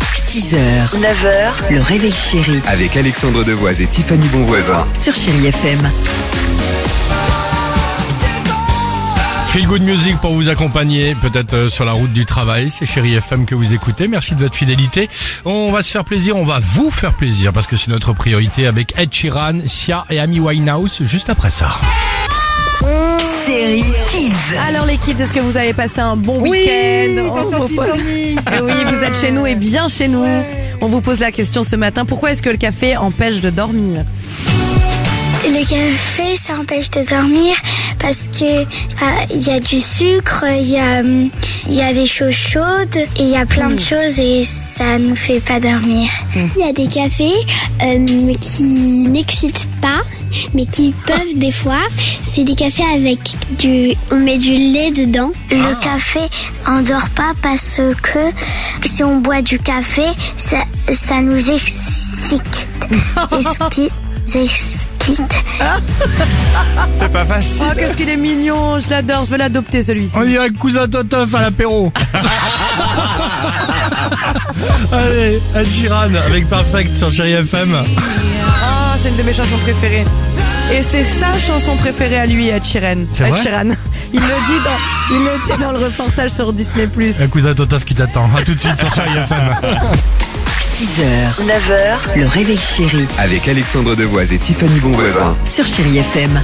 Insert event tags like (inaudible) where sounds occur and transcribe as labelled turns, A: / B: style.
A: 6h, 9h, le réveil chéri
B: Avec Alexandre Devoise et Tiffany Bonvoisin.
A: sur Chéri FM.
C: Feel Good Music pour vous accompagner, peut-être euh, sur la route du travail. C'est Chéri FM que vous écoutez. Merci de votre fidélité. On va se faire plaisir, on va vous faire plaisir parce que c'est notre priorité avec Ed Sheeran, Sia et Amy Winehouse juste après ça.
A: Chéri Kids.
D: Alors les kids, est-ce que vous avez passé un bon week-end On vous
A: Oh,
D: pose- Eh Oui, vous êtes chez nous et bien chez nous. On vous pose la question ce matin, pourquoi est-ce que le café empêche de
C: (laughs)
D: dormir
E: Le café, ça empêche de dormir parce que ah, il y a du sucre, il y a, hum, il y a des choses chaudes et il y a plein de choses et ça ne fait pas dormir. Il y a des cafés euh, qui n'excitent pas, mais qui peuvent des fois. C'est des cafés avec du, on met du lait dedans. Le café endort pas parce que si on boit du café, ça, ça nous excite. Excite. excite.
B: C'est pas facile.
D: Oh, qu'est-ce qu'il est mignon, je l'adore, je veux l'adopter celui-ci.
C: On dirait cousin Totof à l'apéro. (laughs) Allez, Ed Sheeran avec Perfect sur Chéri FM.
D: Ah, c'est une de mes chansons préférées. Et c'est sa chanson préférée à lui, Ed Sheeran.
C: C'est
D: Ed
C: vrai
D: Sheeran. (laughs) Il le dit dans, il le dit dans le reportage sur Disney+.
C: Un cousin Totof qui t'attend. À tout de suite sur Chéri FM.
A: 6h, 9h, le réveil chéri
B: Avec Alexandre Devoise et Tiffany Bonvoisin.
A: sur Chéri FM.